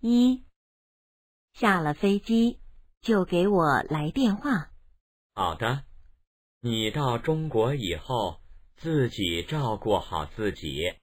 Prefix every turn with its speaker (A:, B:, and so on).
A: 一，下了飞机就给我来电话。
B: 好的，你到中国以后自己照顾好自己。